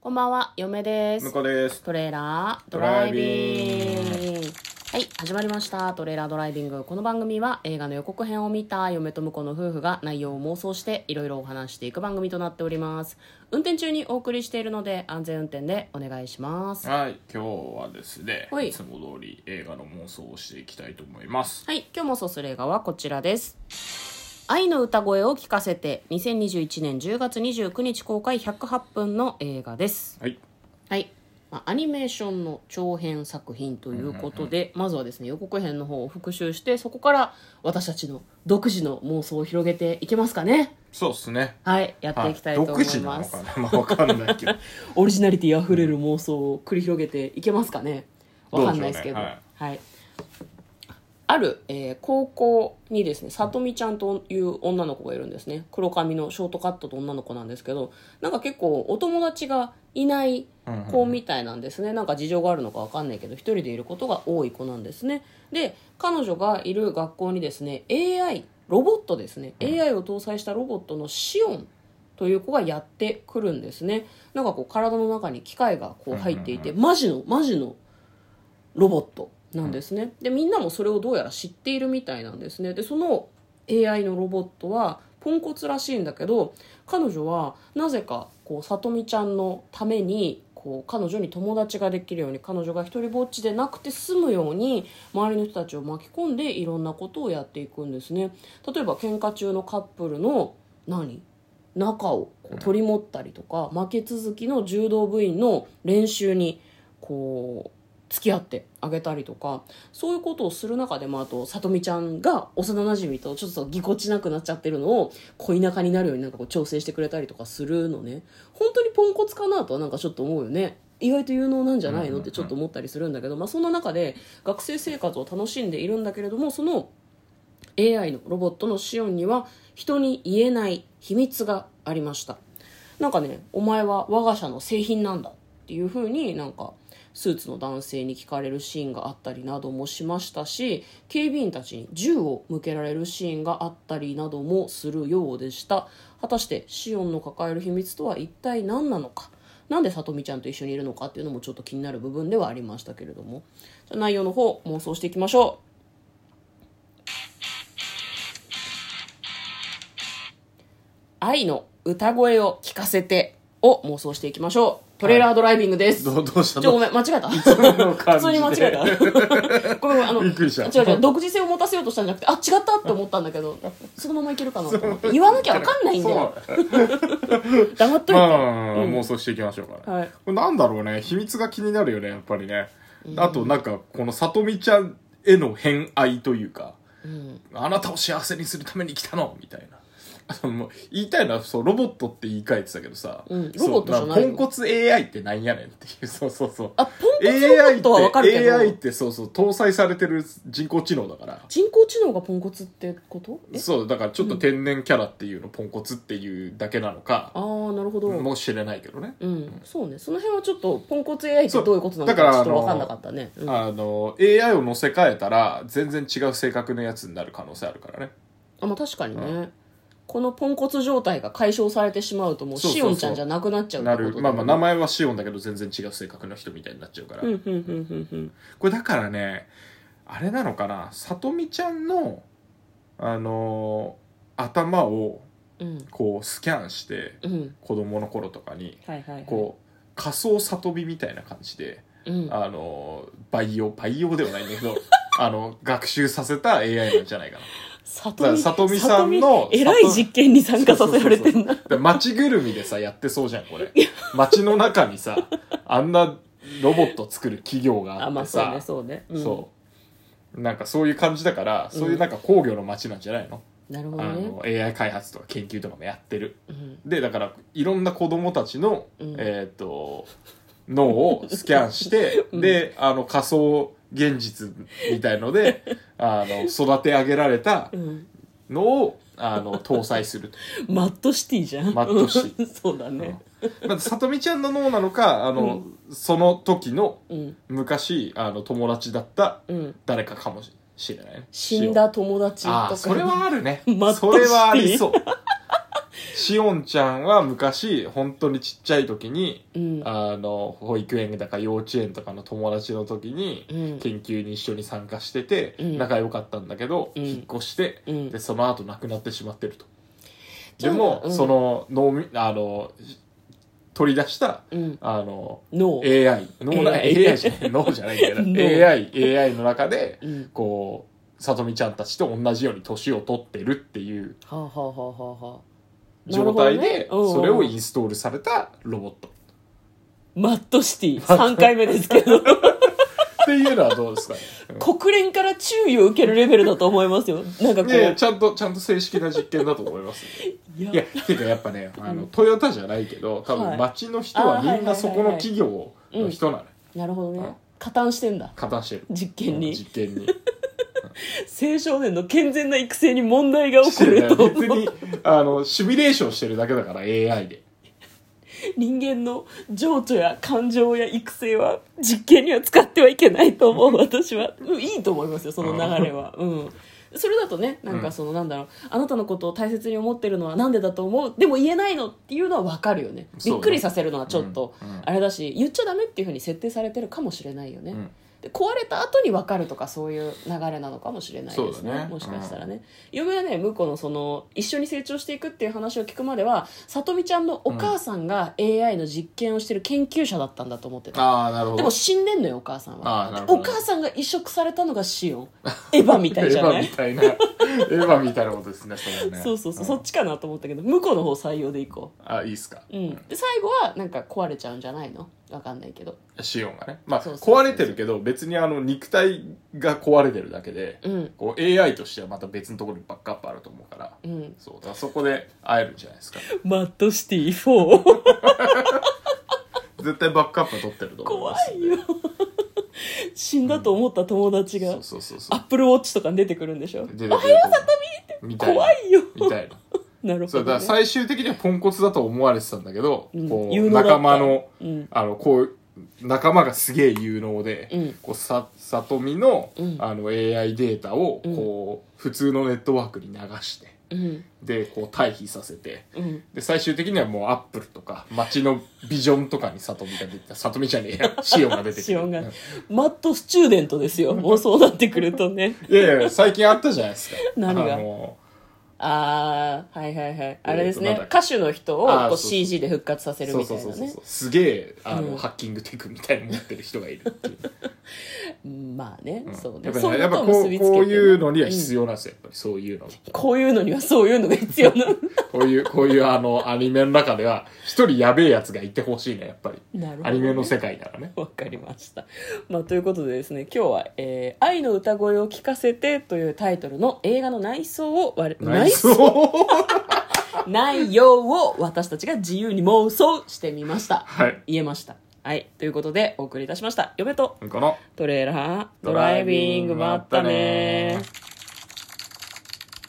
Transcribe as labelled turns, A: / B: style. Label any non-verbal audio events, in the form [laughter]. A: こんばんは、嫁です
B: 向。こうです。
A: トレーラード
B: ド
A: ラ
B: ラ
A: イ
B: イ
A: ビ
B: ビ
A: ング。はい、始まりました。トレーラードライビング。この番組は映画の予告編を見た嫁と婿の夫婦が内容を妄想していろいろお話していく番組となっております。運転中にお送りしているので安全運転でお願いします。は
B: はい、今日はですね、
A: はい
B: い、つも通り映画の妄想をしていきたいと思います。
A: い、今日もそうする映画はこちらです。愛の歌声を聞かせて2021年10月29日公開108分の映画です。
B: はい、
A: はい、まあ、アニメーションの長編作品ということで、まずはですね予告編の方を復習してそこから私たちの独自の妄想を広げていけますかね
B: そうですね。
A: はいやっていきたいと
B: 独
A: 思い
B: 自な
A: ま
B: の
A: す、
B: かな、まあ、わかんな
A: [laughs]
B: いけど。
A: オリジナリティあふれる妄想を繰り広げていけますかねわかんないですけど
B: どうでしょ
A: はい、ある、えー高校にですねさとみちゃんという女の子がいるんですね黒髪のショートカットと女の子なんですけどなんか結構お友達がいない子みたいなんですね、なんか事情があるのかわかんないけど一人でいることが多い子なんですねで彼女がいる学校にですね AI ロボットですね、AI を搭載したロボットのシオンという子がやってくるんですねなんかこう体の中に機械がこう入っていて、マジのマジのロボットなんですね、でみんなもそれをどうやら知っているみたいなんですねでその AI のロボットはポンコツらしいんだけど彼女はなぜかこうさとみちゃんのためにこう彼女に友達ができるように彼女が一人ぼっちでなくて済むように周りの人たちを巻き込んでいろんなことをやっていくんですね例えば喧嘩中のカップルの何仲をこう取り持ったりとか、負け続きの柔道部員の練習にこう付き合ってあげたりとかそういうことをする中でもあとさとみちゃんが幼なじみとちょっとぎこちなくなっちゃってるのを恋仲になるようになんかこう調整してくれたりとかするのね本当にポンコツかなとはなんかちょっと思うよね意外と有能なんじゃないのってちょっと思ったりするんだけど、まあ、そんな中で学生生活を楽しんでいるんだけれどもその AI のロボットのシオンには人に言えない秘密がありましたなんかね「お前は我が社の製品なんだ」っていう風になんかスーツの男性に聞かれるシーンがあったりなどもしましたし警備員たちに銃を向けられるシーンがあったりなどもするようでした果たしてシオンの抱える秘密とは一体何なのかなんでさとみちゃんと一緒にいるのかっていうのもちょっと気になる部分ではありましたけれどもじゃあ内容の方妄想していきましょう愛の歌声を聞かせてを妄想していきましょう。トレーラードライビングです。
B: どう、どうした
A: ちょ、ご
B: の。
A: めん、間違
B: [laughs]
A: えた。
B: の
A: 普
B: 感じ
A: 通
B: で
A: に間違えた。 [laughs] ごめんごめん、あの、
B: びっくりした
A: 違う違う、独自性を持たせようとしたんじゃなくて、あ、違ったって思ったんだけど、そのままいけるかなと思って。言わなきゃわかんないんだよ。
B: そう
A: 黙っといて。
B: まあまあまあまあ妄想していきましょうか、ね
A: はい
B: これなんだろうね秘密が気になるよねやっぱりね、あとなんかこのさとみちゃんへの偏愛というか、あなたを幸せにするために来たのみたいなあのもう言いたいのはそうロボットって言い換えてたけどさ、
A: うん
B: そう
A: ロボットじゃないよ
B: んかポンコツ AI ってなんやねんっていうそうそうそう
A: あ、ポンコツロボットはわかるけ
B: AI っ
A: ど、
B: てそうそう搭載されてる人工知能だから
A: 人工知能がポンコツってことえ
B: そうだからちょっと天然キャラっていうのポンコツっていうだけなのか
A: あー、なるほど。
B: もしれないけどね、
A: うん、そうね。その辺はちょっと、ポンコツ AI って
B: そう
A: どういうことなの
B: だか
A: か、
B: ら
A: ちょっとわかんなかったね。うんあ、
B: あの AI を乗せ替えたら全然違う性格のやつになる可能性あるからね
A: まあ確かにね。このポンコツ状態が解消されてしまうと、もう、
B: そうそう
A: シ
B: そう
A: オンちゃんじゃなくなっちゃうって
B: な
A: こと
B: る
A: だよね
B: まあまあ名前はシオンだけど全然違う性格の人みたいになっちゃうから、
A: うんうんうんうんうん
B: これだからねあれなのかなさとみちゃんのあの頭を
A: うん
B: こうスキャンして
A: うん
B: 子供の頃とかに
A: はいはいはい
B: こう仮想里美みたいな感じで、
A: うん
B: あの培養培養ではないんだけ
A: [laughs]
B: どあの学習させた AI なんじゃないかな
A: さ
B: だから里見さんの
A: えらい
B: 里
A: 実験に参加させられてんな
B: そうそうそうそう街ぐるみでさやってそうじゃんこれ街の中にさあんなロボット作る企業が
A: [laughs]
B: あ
A: あ
B: っ
A: まあ
B: て
A: そう
B: さ
A: ねそうねうん
B: そうなんかそういう感じだから、そういうなんか工業の街なんじゃないの,、
A: なるほど
B: あ
A: ね
B: の AI 開発とか研究とかもやってる
A: うん
B: でだからいろんな子供たちの、
A: うん
B: えっ、と脳をスキャンして、
A: うん
B: であの仮想現実みたいの
A: [laughs]
B: であの育て上げられた
A: うん
B: のをあの搭載すると
A: マッドシティじゃん
B: マッドシ
A: [laughs] そうだね
B: まずさとみちゃんの脳なのかあの、その時の
A: うん
B: 昔あの友達だった
A: うん
B: 誰かかもしれないね
A: 死んだ友達と
B: ああ
A: か
B: それはあるね
A: マッドシティ
B: それはありそうしおんちゃんは昔本当にちっちゃい時に、
A: うん
B: あの保育園だか幼稚園とかの友達の時に、
A: うん
B: 研究に一緒に参加してて、
A: うん
B: 仲良かったんだけど、
A: うん
B: 引っ越して、
A: うん
B: でその後亡くなってしまってると。
A: じゃ
B: で
A: あ
B: も、
A: うん
B: その脳みあの取り出した、
A: うん
B: あの
A: 脳
B: AI 脳な
A: AI
B: AI じゃない脳じゃないんだよ
A: [laughs] 脳
B: ね AI AI の中で、
A: うん
B: こうさとみちゃんたちと同じように年を取ってるっていう
A: はあはあはあはあはあなる
B: 状
A: ほどね
B: 態で、
A: うんうん
B: それをインストールされたロボット
A: マッドシティ3回目ですけど
B: っていうのはどうですかね
A: 国連から注意を受けるレベルだと思いますよ [laughs] なんかこう
B: いやいやちゃんとちゃんと正式な実験だと思い
A: [laughs]
B: ますね、
A: いや
B: いやていうかやっぱねあのトヨタじゃないけど多
A: はい
B: 分町の人
A: あ
B: は
A: ーはい
B: みんなそこの企業
A: いは
B: の
A: い
B: 人なのよ
A: なるほどね
B: あ
A: 加担してんだ
B: 加担してる
A: 実験に
B: うん実
A: [laughs]
B: 験に
A: 青少年の健全な育成に問題が起こる
B: 別
A: と
B: にあのシミュレーションしてるだけだから AI で
A: 人間の情緒や感情や育成は実験には使ってはいけないと思う私は、うん、いいと思いますよその流れ
B: [laughs]
A: はうんそれだとねなんかそのなんだろう、あなたのことを大切に思ってるのはなんでだと思うでも言えないのっていうのは分かるよね
B: そう
A: び
B: ね
A: っくりさせるのはちょっと
B: うんうん
A: あれだし、言っちゃダメっていうふうに設定されてるかもしれないよね、
B: うん
A: で壊れた後に分かるとかそういう流れなのかもしれないです
B: そう
A: ね
B: だね
A: もしかしたらね、嫁はね向こうのその一緒に成長していくっていう話を聞くまではさとみちゃんのお母さんが AI の実験をしてる研究者だったんだと思ってた、
B: ああなるほど
A: でも死んでんのよお母さん
B: あー
A: は
B: なるほ
A: お
B: ど
A: 母さんが移植されたのがシオンエヴァみたいじゃな
B: エ
A: い
B: ヴァみたいなエヴァみたいなことですねそれはね
A: そうそうそう、
B: ん
A: そっちかなと思ったけど向こうの方採用でいこ
B: あいいっすか
A: う、うん、で最後はなんか壊れちゃうんじゃないのわかんないけど
B: シオンがねまあ
A: そうそうそう
B: 壊れてるけど別にあの肉体が壊れてるだけで、
A: うん
B: こう AI としてはまた別のところにバックアップあると思うから、
A: うん
B: そうだからそこで会えるんじゃないですか
A: マッドシティ4
B: 絶対バックアップは取ってると思い
A: 怖
B: ます
A: いよ死んだと思った友達が、
B: そうそうそう
A: ア
B: そう
A: ップルウォッチとかに出てくるんでしょ
B: おはようさとみみたいな
A: 怖いよ
B: みたい
A: な
B: な
A: るほ
B: そう
A: ど、
B: だから
A: ね、
B: 最終的にはポンコツだと思われてたんだけど、
A: ん
B: こ
A: 有
B: う
A: 能だった
B: 仲間の,、
A: うん
B: あのこう仲間がすげえ有能で、
A: うん
B: こうささとみの,、
A: うん
B: あの AI データを
A: うん
B: こう、普通のネットワークに流して
A: うん
B: でこう退避させて
A: うん
B: で最終的にはもうアップルとか街のビジョンとかにさとみが出てさとみじゃねえ
A: [laughs]
B: やシオンが出てくる
A: シオンが
B: うん
A: マッドスチューデントです
B: [laughs]
A: よもうそうなってくるとね
B: いやいや最近あったじゃないですか
A: 何が
B: あの
A: ああはいはいはいあれです
B: えーと
A: ね
B: なんだ
A: 歌手の人を
B: あー
A: こう
B: そうそう
A: CG で復活させる
B: そう
A: みた
B: そう
A: い
B: そう
A: な
B: そう
A: ね
B: そうすげえあの、
A: うん
B: ハッキングテクみたいに持ってる人がいるっていう
A: うんまあね、そうね
B: やっぱ
A: そ
B: り
A: う
B: ね
A: い
B: や
A: うこ
B: っぱ
A: とを結
B: こう
A: びつけてね
B: こういうのには
A: うん
B: 必要なんですよ、やっぱりそういうの
A: こういうのにはそういうのが必要なの [laughs]
B: こういうこういうあのアニメの中では一人やべえやつがいてほしいねやっぱり
A: なるほどね
B: アニメの世界ならね
A: わかりました、まあ、ということでですね今日は、えー愛の歌声を聞かせて」というタイトルの映画の内装を我々
B: 内装
A: 内容を私たちが自由に妄想してみました
B: はい
A: 言えましたはいということでお送りいたしました嫁と
B: この
A: トレーラードライビングまったね